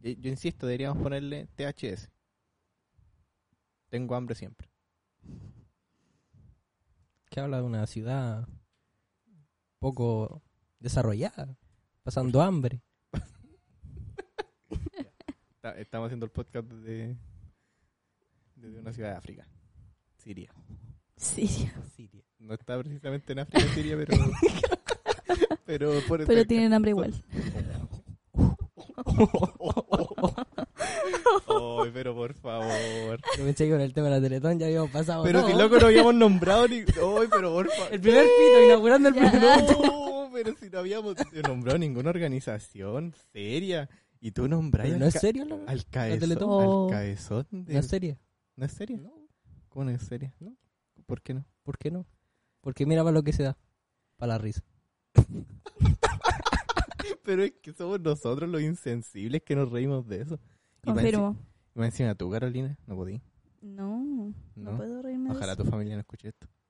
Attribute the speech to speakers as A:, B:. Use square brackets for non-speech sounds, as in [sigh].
A: Yo, yo insisto, deberíamos ponerle THS. Tengo hambre siempre.
B: que habla de una ciudad poco desarrollada,
A: [laughs]
B: pasando hambre.
A: Está- Estamos haciendo el podcast de, desde una ciudad de África, Siria.
C: Sí,
B: Siria.
A: No está precisamente en África, Siria, pero. pero por
C: pero
A: cerca.
C: tienen hambre igual.
A: Ay, pero por favor.
B: Yo pensé que con el tema de la Teletón ya habíamos pasado.
A: Pero
B: todo.
A: si loco no habíamos nombrado ni. Ay, pero por favor.
B: El primer pito, inaugurando el
C: Ya.
B: primer.
A: No, pero si no habíamos nombrado ninguna organización seria. Y tú nombras
B: Pero
A: al,
B: no es
A: ca-
B: serio, loco.
A: al caezón.
B: Teletón.
C: Oh.
A: Al caezón. de-
B: No es serio.
A: ¿No es seria? ¿Cómo no es seria? ¿No? ¿Por qué no? [laughs]
B: ¿Por qué no? Porque mira para lo que se da. Para la risa.
A: Pero es que somos nosotros los insensibles que nos reímos de eso. Y más
C: Confirmo.
A: enci- más encima tú, Carolina, no podí.
C: No, no,
A: No.
C: puedo reírme de
A: Ojalá
C: eso.
A: tu familia no escuche esto.